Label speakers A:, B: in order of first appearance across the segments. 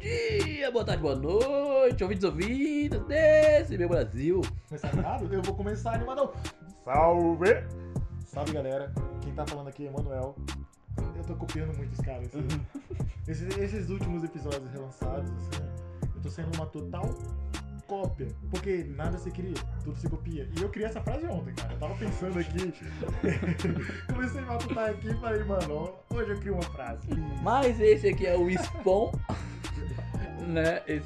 A: dia, boa tarde, boa noite, ouvintes ouvintes desse meu Brasil.
B: Começar animado? tá Eu vou começar animadão. Salve! Salve, galera. Quem tá falando aqui é Emanuel. Eu tô copiando muito os caras. assim. Esses, esses últimos episódios relançados, assim, eu tô sendo uma total cópia. Porque nada se cria, tudo se copia. E eu criei essa frase ontem, cara. Eu tava pensando aqui. Comecei a matutar aqui e falei, mano, hoje eu crio uma frase.
A: Mas esse aqui é o Spawn, né? Esse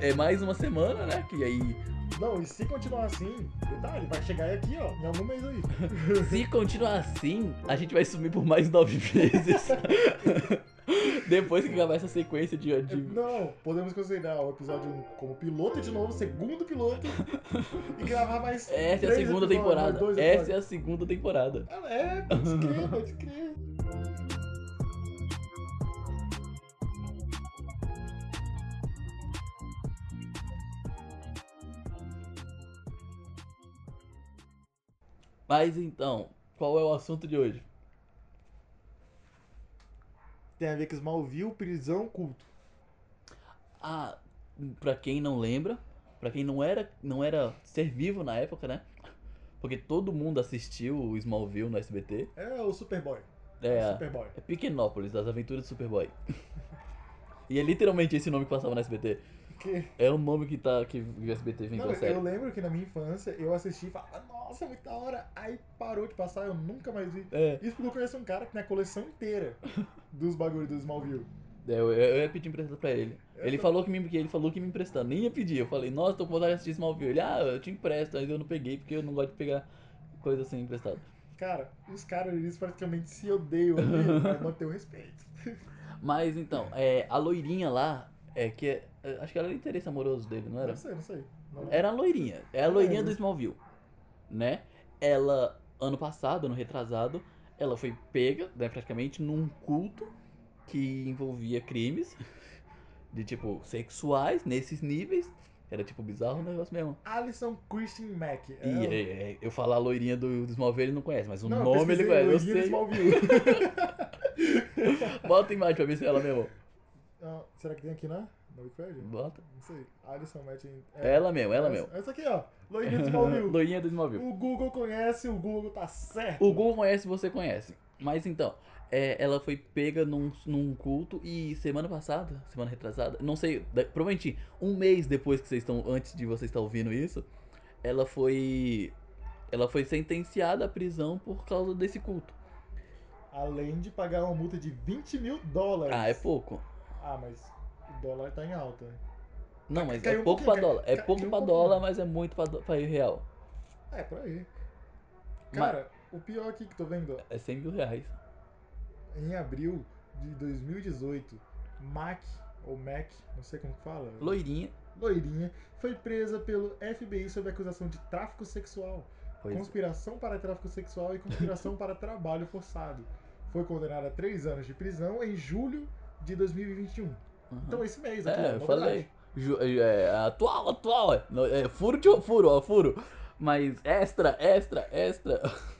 A: é mais uma semana, né? Que aí,
B: Não, e se continuar assim, detalhe, vai chegar aqui, ó, em algum mês aí.
A: se continuar assim, a gente vai sumir por mais nove meses. Depois que acabar essa sequência de. de-
B: Não, podemos considerar o episódio um como piloto de novo, segundo piloto, e gravar mais.
A: Essa é a
B: três
A: segunda
B: episódios, mais dois
A: temporada. Essa é
B: episódios.
A: a segunda temporada.
B: Ah, É, pode crer, pode crer.
A: Mas então, qual é o assunto de hoje?
B: Tem a ver com Smallville, prisão, culto.
A: Ah, pra quem não lembra, pra quem não era, não era ser vivo na época, né? Porque todo mundo assistiu o Smallville no SBT.
B: É o Superboy.
A: É,
B: Superboy.
A: é Pequenópolis, das aventuras de Superboy. E é literalmente esse nome que passava no SBT.
B: Que-
A: É o nome que, tá, que o SBT vendeu
B: Não,
A: a série.
B: eu lembro que na minha infância eu assisti e falava, nossa, muito da hora. Aí parou de passar, eu nunca mais vi.
A: É,
B: Isso porque eu conheço um cara que tem a coleção inteira dos bagulhos do Smallville.
A: é, eu, eu ia pedir emprestado pra ele.
B: Eu
A: ele
B: tô-
A: falou que me que ele falou que me emprestar, nem ia pedir. Eu falei, nossa, tô com vontade de assistir Smallville. Ele, ah, eu te empresto, mas eu não peguei porque eu não gosto de pegar coisa assim emprestada.
B: Cara, os caras eles praticamente se odeiam, né? Pra manter o respeito.
A: Mas então, é, a loirinha lá, é que é- é, acho que era o interesse amoroso dele, não era?
B: Não sei, não sei. Não-
A: Era a loirinha, é a loirinha do
B: Lembro.
A: Smallville, né? Ela, ano passado, ano retrasado, ela foi pega, né, praticamente, num culto que envolvia crimes de tipo sexuais nesses níveis. Era tipo bizarro o negócio mesmo.
B: Alison Christian Mack.
A: E é, é, eu falar a loirinha do, do Smallville ele não conhece, mas o
B: Não, eu
A: nome ele
B: pesquisei,
A: conhece. Eu
B: Loirinha
A: sei.
B: do Smallville.
A: Bota a imagem pra ver se é ela mesmo.
B: Ah, será que tem aqui, né? No Wikipedia?
A: Bota.
B: Não sei. Alison Mack. em- é,
A: Hum. Ela mesmo, ela mesmo.
B: Essa aqui, ó. Loirinha do Smallville.
A: Loirinha do Smallville.
B: o Google conhece, o Google tá certo.
A: O Google conhece, você conhece. Mas então, é, ela foi pega num, num culto e semana passada, semana retrasada, não sei, da- provavelmente um mês depois que vocês estão, antes de você estar ouvindo isso, ela foi, ela foi sentenciada à prisão por causa desse culto.
B: Além de pagar uma multa de 20 mil dólares.
A: Ah, é pouco.
B: Ah, mas o dólar tá em alta. né?
A: Não, mas
B: Caiu
A: é
B: um
A: pouco pra
B: pouquinho,
A: dólar. É
B: caiu
A: pouco
B: um
A: pra
B: pouquinho.
A: dólar, mas é muito pra, do- pra real.
B: É, por aí.
A: Mas-
B: Cara, o pior aqui que tô vendo, ó.
A: É 100 mil reais.
B: em abril de 2018, Mac, ou Mac, não sei como que fala,
A: Loirinha.
B: loirinha, foi presa pelo FBI sob acusação de tráfico sexual,
A: Pois, é.
B: conspiração para tráfico sexual e conspiração para trabalho forçado. Foi condenada a três anos de prisão em julho de 2021.
A: Aham.
B: Então esse mês aqui, ó,
A: É, eu
B: novidade.
A: falei. Ju- é, atual, atual. é. Não, é, furo de furo, ó, furo. Mas extra, extra, extra.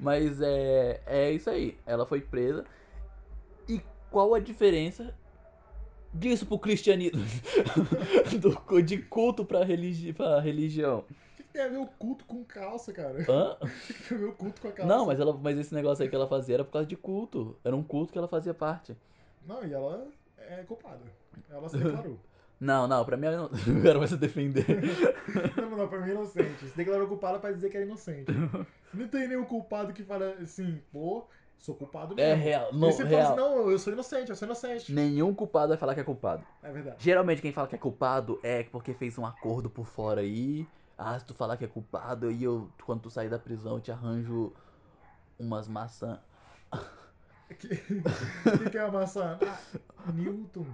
A: Mas é, é isso aí. Ela foi presa. E qual a diferença disso pro cristianismo? Do cu- de culto pra, religi pra religião.
B: O que que tem a ver o culto com calça, cara?
A: Hã?
B: O que que tem a ver o culto com a calça?
A: Não, mas, ela, mas esse negócio aí que ela fazia era por causa de culto. Era um culto que ela fazia parte.
B: Não, e ela é culpada. Ela se declarou.
A: Não, não, pra mim ela não. O cara vai se defender.
B: Não, não, pra mim é inocente. Se declarou culpada pra dizer que era inocente. Não tem nenhum culpado que fala assim, pô, sou culpado
A: É
B: mesmo.
A: real,
B: E
A: não,
B: você fala assim,
A: real.
B: não, eu sou inocente, eu sou inocente.
A: Nenhum culpado vai falar que é culpado.
B: É verdade.
A: Geralmente quem fala que é culpado é porque fez um acordo por fora aí. Ah, se tu falar que é culpado, aí eu, quando tu sair da prisão, eu te arranjo umas maçãs.
B: Que- O que, que é a maçã? Ah, Newton.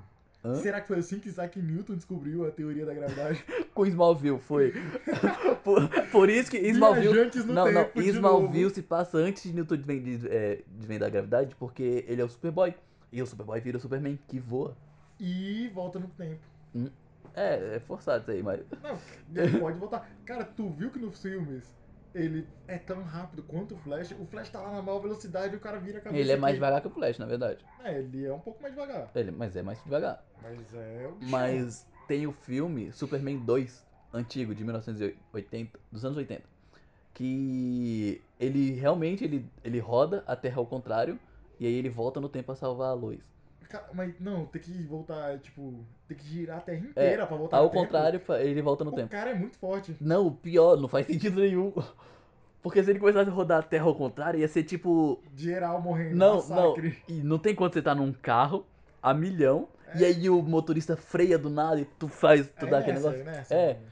A: Hã?
B: Será que foi assim que Isaac Newton descobriu a teoria da gravidade?
A: Com Smallville, foi. por, por isso que Smallville...
B: Viajantes no
A: Não, não,
B: tempo de
A: Smallville
B: novo.
A: se passa antes de Newton de, ven- de, é, de vender a gravidade, porque ele é o Superboy. E o Superboy vira o Superman, que voa.
B: E volta no tempo.
A: É, é forçado isso aí, mas...
B: Não, ele pode voltar. Cara, tu viu que nos filmes ele é tão rápido quanto o Flash. O Flash tá lá na maior velocidade e o cara vira a cabeça.
A: Ele é mais
B: aqui.
A: devagar que o Flash, na verdade.
B: É, ele é um pouco mais devagar.
A: Ele, mas é mais devagar.
B: Mas é o bicho.
A: Mas tem o filme Superman 2, antigo, de 1980, dos anos 80. Que ele realmente ele, ele roda a Terra ao contrário e aí ele volta no tempo a salvar a luz.
B: Ca- Mas não, tem que voltar, tipo, tem que girar a terra inteira pra voltar
A: É, Ao
B: no tempo.
A: contrário, fa- ele volta no
B: O
A: tempo.
B: cara é muito forte.
A: Não, o pior, não faz sentido nenhum. Porque se ele começasse a rodar a Terra ao contrário, ia ser tipo.
B: Geral morrendo.
A: Não,
B: massacre.
A: E não tem quando você tá num carro a milhão e aí o motorista freia do nada e tu faz, tu
B: É
A: dá aquele
B: nessa,
A: negócio.
B: É, nessa,
A: É.
B: mano.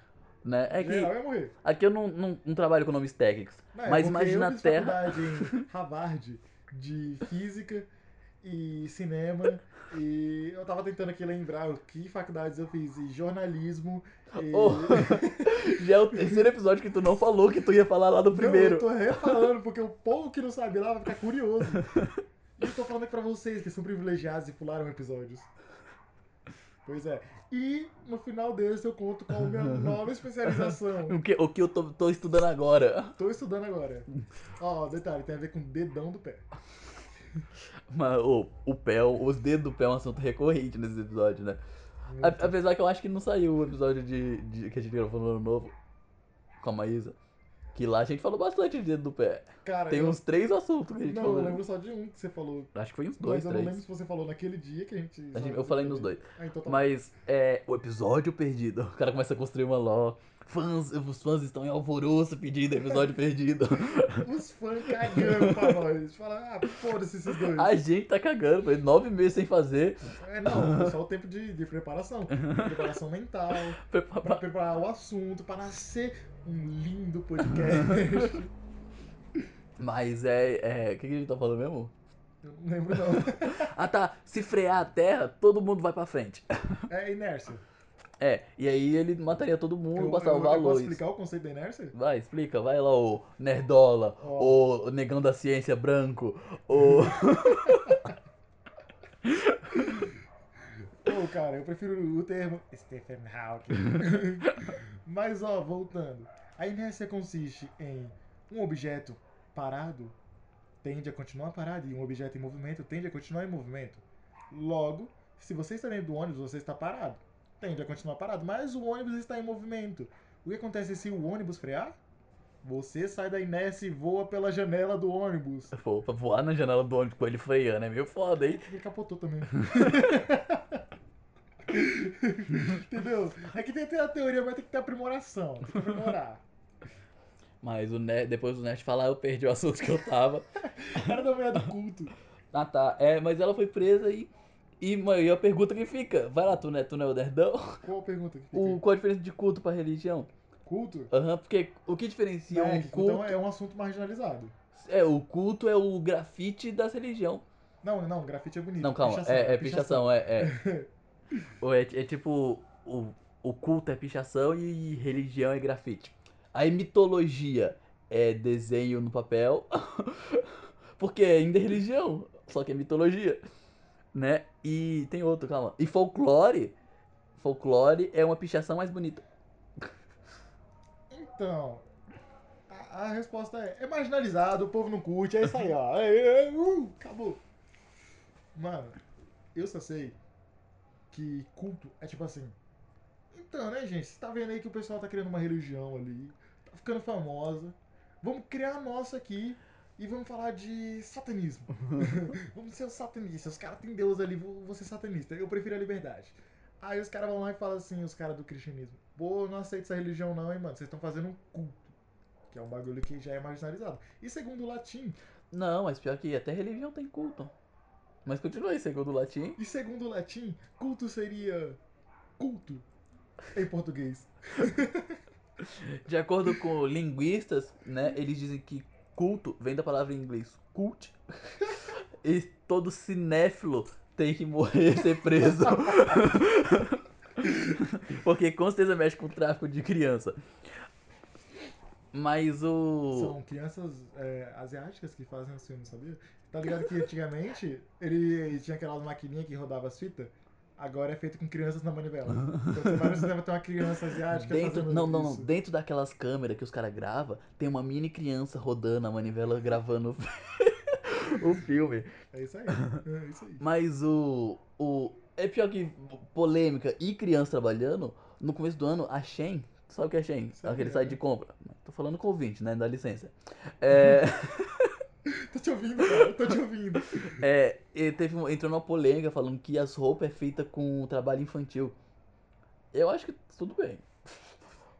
A: Né? É que
B: Geral ia morrer.
A: aqui eu não, não, não trabalho com nomes técnicos.
B: Não, é
A: Mas
B: porque
A: imagina
B: eu
A: a
B: fiz
A: Terra.
B: faculdade em Harvard de física e cinema. E eu tava tentando aqui lembrar o que faculdades eu fiz. E jornalismo. E...
A: Oh, já é o terceiro episódio que tu não falou que tu ia falar lá do primeiro.
B: Não, eu tô reparando, porque o povo que não sabe lá vai ficar curioso. E eu tô falando aqui pra vocês que são privilegiados e pularam episódios. Pois é. E no final desse eu conto qual a minha nova especialização.
A: O, que, o que eu tô, tô estudando agora.
B: Tô estudando agora. Ó, detalhe, tem a ver com dedão do pé.
A: Mas ô, o pé, os dedos do pé é um assunto recorrente nesse episódio, né? A- apesar que eu acho que não saiu o episódio de, de- que a gente gravou no ano novo com a Maísa. Que lá a gente falou bastante de dedo do pé.
B: Cara,
A: Tem
B: eu-
A: uns três assuntos que a gente
B: Não, eu
A: falou.
B: lembro só de um que você falou.
A: Acho que foi uns dois,
B: mas eu não lembro
A: três.
B: se você falou naquele dia que a gente.
A: A gente- eu falei nos dois.
B: Ah, então tá bom.
A: Mas é o episódio perdido. O cara começa a construir uma ló. Fãs, os fãs estão em alvoroço pedindo episódio perdido.
B: Os fãs cagando pra nós. Falaram, ah, foda-se esses dois.
A: A gente tá cagando, foi nove meses sem fazer.
B: É, não, só o tempo de, de preparação. Preparação mental,
A: Foi pra-
B: pra
A: pra-
B: preparar o assunto, pra nascer um lindo podcast.
A: Mas é. é, O que, que a gente tá falando mesmo?
B: Eu não lembro não.
A: Ah tá, se frear a terra, todo mundo vai pra frente.
B: É inércia.
A: É, e aí ele mataria todo mundo pra
B: eu,
A: salvar a
B: eu posso
A: luz.
B: explicar o conceito da inércia?
A: Vai, explica, vai lá, o Nerdola, o Negão da Ciência Branco, o.
B: Pô, cara, eu prefiro o termo Stephen Hawking. Mas, ó, voltando. A inércia consiste em um objeto parado tende a continuar parado e um objeto em movimento tende a continuar em movimento. Logo, se você está dentro do ônibus, você está parado. Tende a continuar parado, mas o ônibus está em movimento. O que acontece se o ônibus frear? Você sai da inércia e voa pela janela do ônibus.
A: Pô, pra voar na janela do ônibus com ele freando, é meio foda, hein?
B: Ele capotou também. Entendeu? É que tem até a teoria, mas tem que ter aprimoração. Tem que aprimorar.
A: Mas o Ner- depois do Nerd falar, eu perdi o assunto que eu tava.
B: Era da mulher é do culto.
A: ah tá, é, mas ela foi presa e. E, mano, e a pergunta que fica, vai lá, tu não é, tu não é o nerdão?
B: Qual a pergunta que
A: O,
B: fica?
A: qual a diferença de culto pra religião?
B: Culto?
A: Aham, porque o que diferencia
B: Não,
A: um
B: que culto
A: culto.
B: é um- é um assunto marginalizado.
A: É, o culto é o grafite das religião.
B: Não, não, grafite é bonito.
A: Não, calma, é, é pichação, é. é. Ou é, é tipo, o, o culto é pichação e religião é grafite. Aí mitologia é desenho no papel, porque ainda é religião, só que é mitologia, né? E tem outro, calma. E folclore, folclore é uma pichação mais bonita.
B: Então, a, a resposta é: é marginalizado, o povo não curte, é isso aí, ó. É, é, uh, acabou. Mano, eu só sei que culto é tipo assim. Então, né, gente? Você tá vendo aí que o pessoal tá criando uma religião ali, tá ficando famosa. Vamos criar a nossa aqui e vamos falar de satanismo. vamos ser os satanistas. Os caras têm Deus ali, vou, vou ser satanista. Eu prefiro a liberdade. Aí os caras vão lá e falam assim, os caras do cristianismo. Pô, eu não aceito essa religião não, hein, mano. Vocês estão fazendo um culto. Que é um bagulho que já é marginalizado. E segundo o latim,
A: Não, mas pior que até religião tem culto. Mas continua aí, segundo o latim.
B: e segundo o latim, culto seria culto em português.
A: De acordo com linguistas, né, eles dizem que culto vem da palavra em inglês cult. E todo cinéfilo tem que morrer, ser preso. Porque com certeza mexe com o tráfico de criança. Mas o.
B: São crianças é, asiáticas que fazem os filmes, sabia? Tá ligado que antigamente ele tinha aquela maquininha que rodava as fitas? Agora é feito com crianças na manivela. Então você vai no cinema, tem uma criança asiática
A: Dentro,
B: fazendo
A: não, não, não.
B: isso.
A: Dentro daquelas câmeras que os caras gravam, tem uma mini criança rodando a manivela gravando o- o filme.
B: É isso aí. É isso aí.
A: Mas o. o é pior que polêmica e criança trabalhando. No começo do ano, a Shen. Sabe o que é Shen?
B: Sei,
A: Aquele
B: é.
A: site de compra. Tô falando com ouvinte, né? Dá licença. É.
B: Tô te ouvindo, cara. Tô te ouvindo.
A: É, e teve, um- entrou numa polêmica falando que as roupas é feita com trabalho infantil. Eu acho que tudo bem.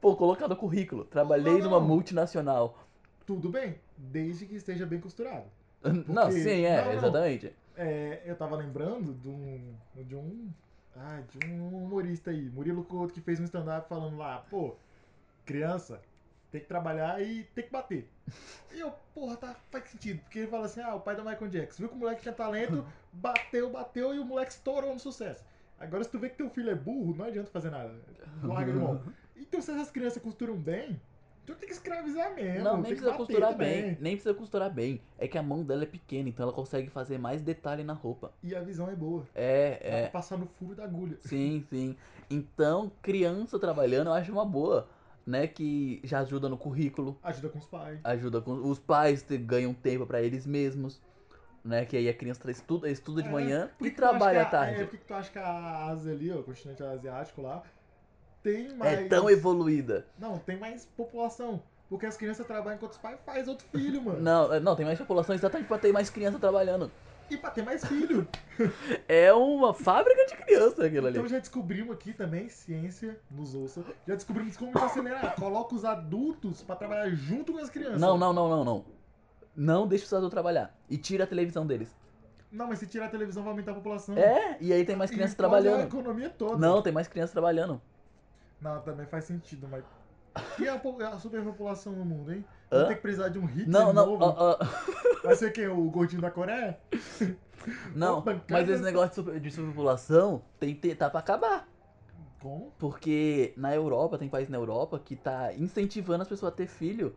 A: Pô, colocar no currículo. Trabalhei
B: Não,
A: numa
B: não.
A: multinacional.
B: Tudo bem, desde que esteja bem costurado.
A: Não, sim, é,
B: Não, não.
A: exatamente.
B: É, eu tava lembrando de um. De um. Ah, de um humorista aí, Murilo Couto, que fez um stand-up falando lá, pô, criança tem que trabalhar e tem que bater. E eu, porra, tá, faz sentido. Porque ele fala assim, ah, o pai do Michael Jackson, viu que o moleque tinha talento, bateu, bateu e o moleque estourou no sucesso. Agora, se tu vê que teu filho é burro, não adianta fazer nada. Larga de mão. Então, se essas crianças costuram bem, tu tem que escravizar mesmo.
A: Não, nem
B: tem que
A: precisa
B: bater
A: costurar
B: também.
A: bem. Nem precisa costurar bem. É que a mão dela é pequena, então ela consegue fazer mais detalhe na roupa.
B: E a visão é boa. Dá
A: É,
B: pra
A: é.
B: passar no furo da agulha.
A: Sim, sim. Então, criança trabalhando, eu acho uma boa. Né, que já ajuda no currículo.
B: Ajuda com os pais.
A: ajuda com os pais te- ganham tempo pra eles mesmos né que aí a criança tra- estuda estuda de
B: É,
A: manhã
B: Por
A: e
B: que que tu acha
A: trabalha
B: que
A: à
B: a- É,
A: tarde
B: por que que tu acha que a Ásia ali, ó, o continente asiático lá, tem mais.
A: é tão evoluída
B: Não, tem mais população. Porque as crianças trabalham enquanto os pais fazem outro filho, mano.
A: não é- não tem mais população exatamente pra ter mais criança trabalhando
B: E pra ter mais filho.
A: é uma fábrica de criança aquilo ali
B: então já descobrimos aqui também, ciência nos ouça. Já descobrimos como acelerar. Coloca os adultos pra trabalhar junto com as crianças.
A: não não não não não não deixa os adultos trabalhar e tira a televisão deles
B: Não, mas se tirar a televisão vai aumentar a população.
A: é e aí tem mais
B: Hum. E
A: criança
B: fode A
A: trabalhando
B: economia toda.
A: não tem mais criança trabalhando
B: Não, também faz sentido, mas. E a, po- é a superpopulação no mundo, hein?
A: Hã?
B: Vai ter que precisar de um Hitler
A: não não
B: novo.
A: ó, ó,
B: Vai ser quem? O gordinho da Coreia?
A: não
B: Opa, cara.
A: mas esse negócio de super- de superpopulação tem tem- tá pra acabar
B: Como?
A: Porque na Europa, tem país na Europa que tá incentivando as pessoas a ter filho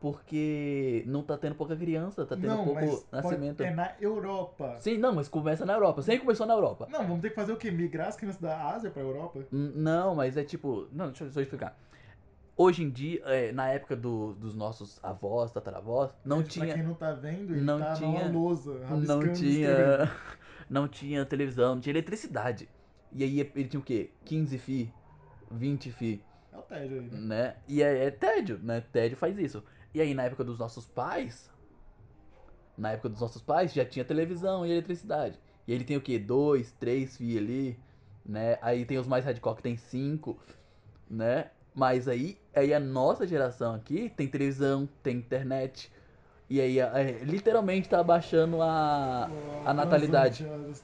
A: porque não tá tendo pouca criança, tá tendo
B: não,
A: pouco
B: mas pode-
A: nascimento.
B: é na Europa.
A: Sim, não, mas começa na Europa. Sempre começou na Europa.
B: Não, vamos ter que fazer o quê? Migrar as crianças da Ásia pra Europa?
A: N- Não, mas é tipo. Não, deixa eu, deixa eu explicar. Hoje em dia, é, na época do- dos nossos avós, tataravós, não
B: Gente, Pra
A: tinha.
B: quem não tá vendo, ele
A: não
B: tá
A: tinha-
B: numa lousa,
A: Não
B: rabiscando, escrevendo.
A: tinha. Não tinha televisão, não tinha eletricidade. E aí ele tinha o quê? 15 fi, 20 fi.
B: É o tédio aí, né?
A: né? E é, é tédio, né? Tédio faz isso. E aí, na época dos nossos pais, na época dos nossos pais, já tinha televisão e eletricidade. E ele tem o quê? Dois, três filhos ali, né? Aí tem os mais radical que tem cinco, né? Mas aí, aí a nossa geração aqui tem televisão, tem internet. E aí, a- é, literalmente tá abaixando a...
B: Ó,
A: a natalidade.
B: transante, As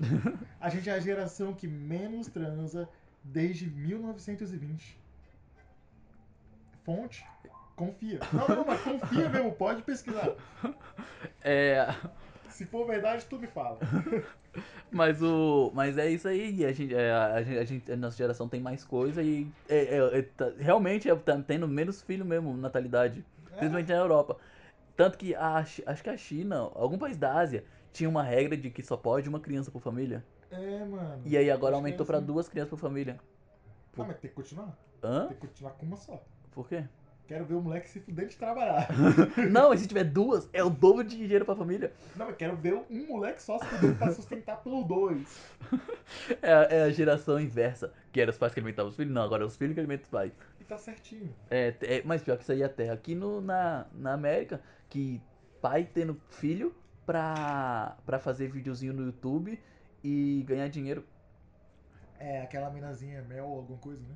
B: transantes. a gente é a geração que menos transa desde 1920. Fonte? Confia. Não, não, mas confia mesmo, pode pesquisar.
A: É,
B: Se for verdade, tu me fala.
A: Mas o. Mas é isso aí. A gente, é, a, gente, a, gente- a nossa geração tem mais coisa e é, é, é, tá- realmente é, tá tendo menos filho mesmo, natalidade.
B: É.
A: Principalmente na Europa. Tanto que a, Chi- acho que a China, algum país da Ásia, tinha uma regra de que só pode uma criança por família.
B: É, mano.
A: E aí agora
B: Acho que é
A: aumentou pra
B: assim.
A: duas crianças por família.
B: Ah, mas tem que continuar.
A: Hã?
B: Tem que continuar com uma só.
A: Por quê?
B: Quero ver o moleque se fuder de trabalhar.
A: Não, e se tiver duas, é o dobro de dinheiro pra família.
B: Não, mas quero ver um moleque só se fuder pra sustentar pelo dois.
A: É, a- é a geração inversa. Que era os pais que alimentavam os filhos. Não, agora é os filhos que alimentam os pais.
B: E tá certinho.
A: É, é, mas pior que isso aí é a terra. Aqui no, na, na América, que pai tendo filho pra, pra fazer videozinho no YouTube e ganhar dinheiro.
B: É, aquela minazinha Mel alguma coisa, né?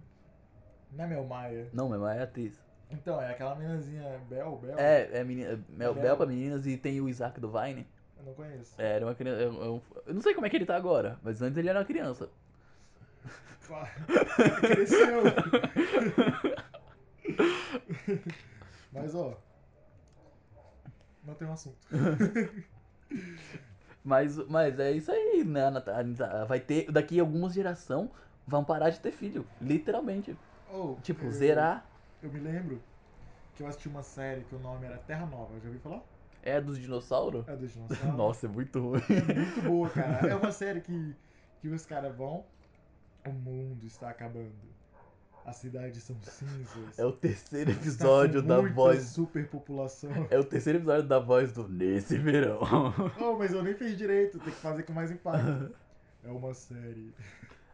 B: Não é Mel Maia.
A: Não, meu, é atriz.
B: Então, é aquela minazinha Bel, Bel.
A: É, é menina, Mel,
B: Mel.
A: Bel pra meninas e tem o Isaac do Vine.
B: Eu não conheço.
A: É, era uma criança. Eu, eu- eu não sei como é que ele tá agora, mas antes ele era uma criança.
B: Claro. Cresceu. mas, ó. Não tem um assunto.
A: Mas, mas é isso aí, né? Nat- a- Vai ter. Daqui algumas geração vão parar de ter filho. Literalmente.
B: Oh,
A: Tipo,
B: eu-
A: zerar.
B: Eu me lembro que eu assisti uma série que o nome era Terra Nova. Já ouviu falar?
A: É dos dinossauros?
B: É dos dinossauros.
A: Nossa, é muito ruim.
B: É muito boa, cara. É uma série que, que os caras vão. O mundo está acabando. As cidades são cinzas.
A: É o terceiro
B: Está
A: episódio
B: Tá com
A: da
B: muita
A: voz.
B: Superpopulação.
A: É o terceiro episódio da voz do Nesse Verão.
B: Não, mas eu nem fiz direito, tem que fazer com mais impacto. É uma série.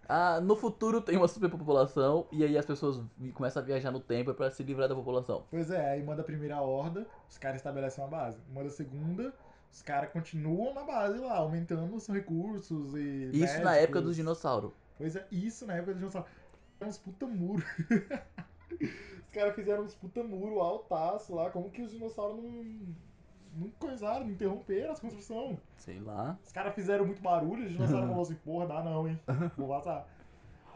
A: ah, no futuro tem uma superpopulação e aí as pessoas vi- começam a viajar no tempo pra se livrar da população.
B: Pois é, aí manda a primeira horda, os caras estabelecem uma base. Manda a segunda, os caras continuam na base lá, aumentando os recursos e.
A: Isso na época
B: médicos.
A: dos dinossauros.
B: Pois é, isso na época dos dinossauros. É uns puta muro. os caras fizeram uns puta muro altaço lá. Como que os dinossauros não. Não coisaram, não interromperam as construções.
A: Sei lá.
B: Os caras fizeram muito barulho, os dinossauros falaram assim, porra, dá não, hein? Vou vazar.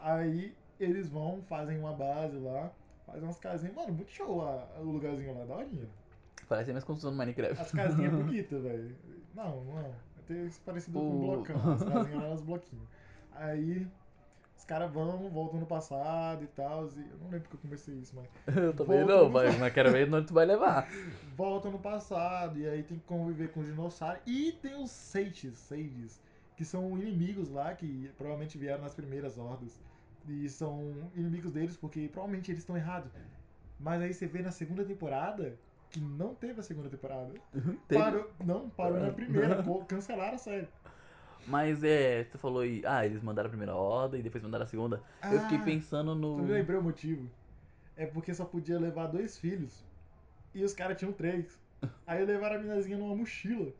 B: Aí eles vão, fazem uma base lá, fazem umas casinhas. Mano, muito show lá, o lugarzinho lá, é da horinha.
A: Parece mais construção no Minecraft.
B: As casinhas bonitas, velho. Não, não. Tem isso parecido com um
A: O-
B: blocão. As casinhas eram uns bloquinhos. Aí os caras vão, voltam no passado e tal. e- Eu não lembro porque eu comecei isso, mas.
A: Eu também
B: Volta
A: não,
B: no-
A: mas, mas quero ver onde tu vai levar.
B: Voltam no passado. E aí tem que conviver com os dinossauros. E tem os Seites, Seides, que são inimigos lá, que provavelmente vieram nas primeiras hordas. E são inimigos deles, porque provavelmente eles estão errados. Mas aí você vê na segunda temporada que não teve a segunda temporada.
A: Teve-
B: Parou, não, parou na primeira, pô, cancelaram a série.
A: Mas é, tu falou aí, ah, eles mandaram a primeira ordem e depois mandaram a segunda. eu fiquei
B: Ah,
A: pensando no.
B: Tu me lembrou o motivo? É porque só podia levar dois filhos. E os caras tinham três. Aí levaram a minazinha numa mochila.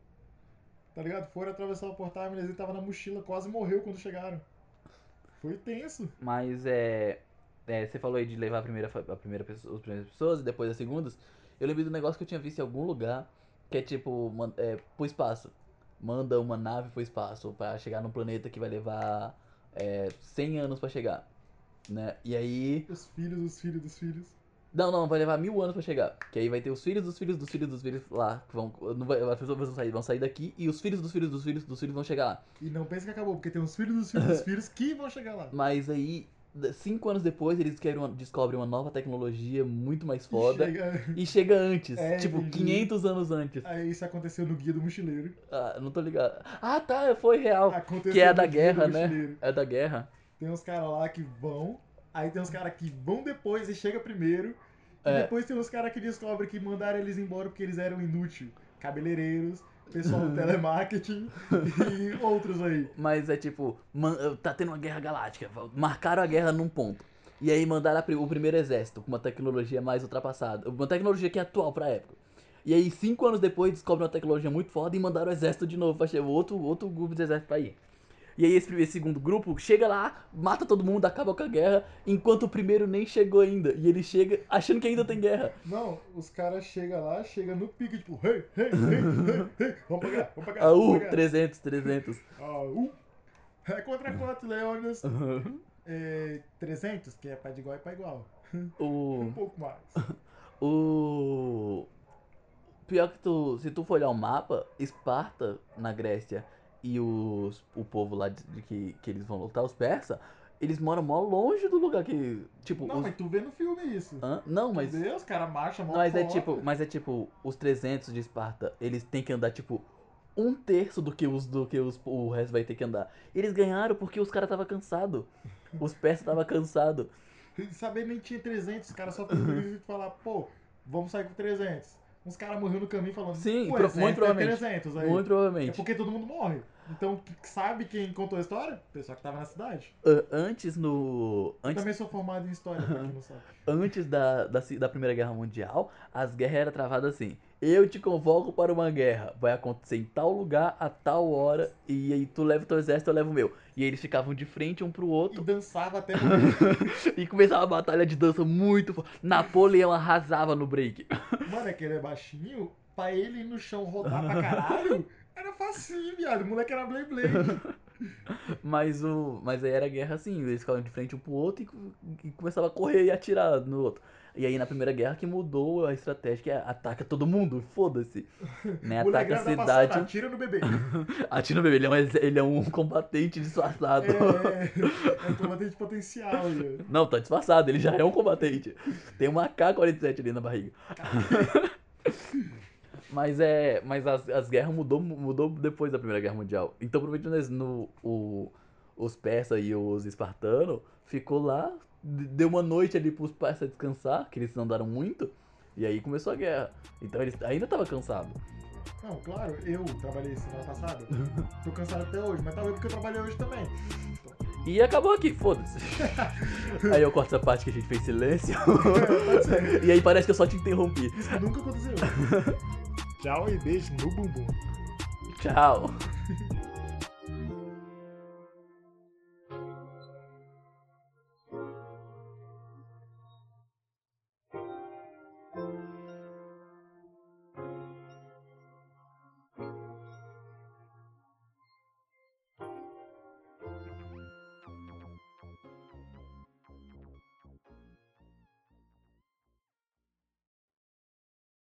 B: Tá ligado? Foram atravessar o portal, a minazinha tava na mochila, quase morreu quando chegaram. Foi tenso.
A: Mas é, é, Você falou aí de levar a primeira, fa- a primeira pessoa, as primeiras pessoas e depois as segundas. Eu lembrei do negócio que eu tinha visto em algum lugar, que é tipo, man- é, pro espaço. Manda uma nave pro espaço pra chegar num planeta que vai levar é, 100 anos pra chegar. Né? E aí.
B: Os filhos, os filhos dos filhos.
A: Não, não, vai levar mil anos pra chegar. Que aí vai ter os filhos dos filhos dos filhos dos filhos lá. Que vão, não vai, as pessoas vão sair, vão sair daqui e os filhos dos filhos dos filhos dos filhos vão chegar lá.
B: E não pensa que acabou, porque tem os filhos dos filhos dos filhos que vão chegar lá.
A: Mas aí, d- cinco anos depois, eles querem uma- descobrem uma nova tecnologia muito mais
B: E
A: foda.
B: chega-
A: E chega antes,
B: É,
A: tipo,
B: entendi.
A: 500 anos antes.
B: Aí isso aconteceu no Guia do Mochileiro.
A: Ah, não tô ligado. Ah, tá, foi real.
B: Aconteceu
A: que é a
B: no
A: da
B: Guia do
A: guerra, né?
B: Mochileiro.
A: É da guerra.
B: Tem uns caras lá que vão, aí tem uns caras que vão depois e chega primeiro.
A: É.
B: E depois tem uns caras que descobrem que mandaram eles embora porque eles eram inúteis. Cabeleireiros, pessoal do telemarketing e outros aí.
A: Mas é tipo, man- tá tendo uma guerra galáctica. Marcaram a guerra num ponto. E aí mandaram a pri- o primeiro exército com uma tecnologia mais ultrapassada. Uma tecnologia que é atual pra época. E aí, cinco anos depois, descobrem uma tecnologia muito foda e mandaram o exército de novo pra chegar outro, outro grupo de exército pra ir. E aí, esse, primeiro- esse segundo grupo chega lá, mata todo mundo, acaba com a guerra, enquanto o primeiro nem chegou ainda. E ele chega achando que ainda tem guerra.
B: Não, os caras chegam lá, chegam no pique, tipo, hey, hey, hey, hey, hey, vamos pagar, vamos pagar.
A: Ah,
B: vamos
A: uh,
B: pagar.
A: 300, 300.
B: Ah, uh. É contra quanto, Leônidas? É, 300, que é pra de igual é pra igual.
A: o.
B: Um pouco mais.
A: O. Pior que tu. Se tu for olhar o mapa, Esparta, na Grécia, e os, o povo lá de, de que, que eles vão lutar, os persas, eles moram mó longe do lugar que. Tipo,
B: Não,
A: os.
B: mas tu vê no filme isso.
A: Hã? Não,
B: Mas...
A: mas.
B: Tu vê, os caras marcham, mó
A: Mas é
B: foda.
A: tipo. Mas é tipo, os 300 de Esparta, eles têm que andar, tipo. Um terço do que os do que os, o resto vai ter que andar. Eles ganharam porque os caras tava cansado. Os persas tava cansado.
B: Saber nem tinha 300, os caras só precisam falar, pô, vamos sair com 300. Uns caras morreram no caminho falando,
A: Sim,
B: pô,
A: pro-
B: exército
A: muito
B: é
A: provavelmente.
B: 300 aí.
A: Muito
B: É
A: provavelmente.
B: porque todo mundo morre. Então, que- sabe quem contou a história? O pessoal que tava na cidade.
A: Ah, Antes no.
B: Eu
A: Antes
B: Também sou formado em história, pra quem não sabe.
A: antes da, da, se- da Primeira Guerra Mundial, as guerras eram travadas assim. Eu te convoco para uma guerra. Vai acontecer em tal lugar, a tal hora, e aí tu leva o teu exército, eu levo o meu. E eles ficavam de frente um pro
B: E
A: outro
B: dançava até morrer.
A: e começava a batalha de dança muito forte. Napoleão arrasava no break.
B: Mano, é que ele é baixinho, pra ele ir no chão rodar pra caralho, era facinho, viado. O moleque era blade blade.
A: Mas o. Mas aí era guerra assim, eles ficavam de frente um pro outro e, co- e começava a correr e atirar no outro. E aí na primeira guerra que mudou a estratégia, que é ataca todo mundo, foda-se. Né?
B: O
A: Ataca a
B: da passada,
A: cidade.
B: atira no bebê.
A: Atira bebê, ele é um, ex- ele é um combatente disfarçado.
B: É, é combatente potencial, viado.
A: Não, tá disfarçado, ele já é um combatente. Tem uma K-47 ali na barriga. mas é. Mas as, as guerras mudou, mudou depois da Primeira Guerra Mundial. Então provavelmente no, no- o, os persas e os espartanos, ficou lá, d- deu uma noite ali pros persas descansar, que eles andaram muito, e aí começou a guerra. Então eles ainda tava cansado.
B: Não, claro, eu trabalhei semana passada. Tô cansado até hoje, mas talvez porque eu trabalhei hoje também.
A: E acabou aqui, foda-se. aí eu corto essa parte que a gente fez silêncio.
B: Pode ser.
A: e aí parece que eu só te interrompi.
B: Isso nunca aconteceu. Tchau e beijo no bumbum.
A: Tchau.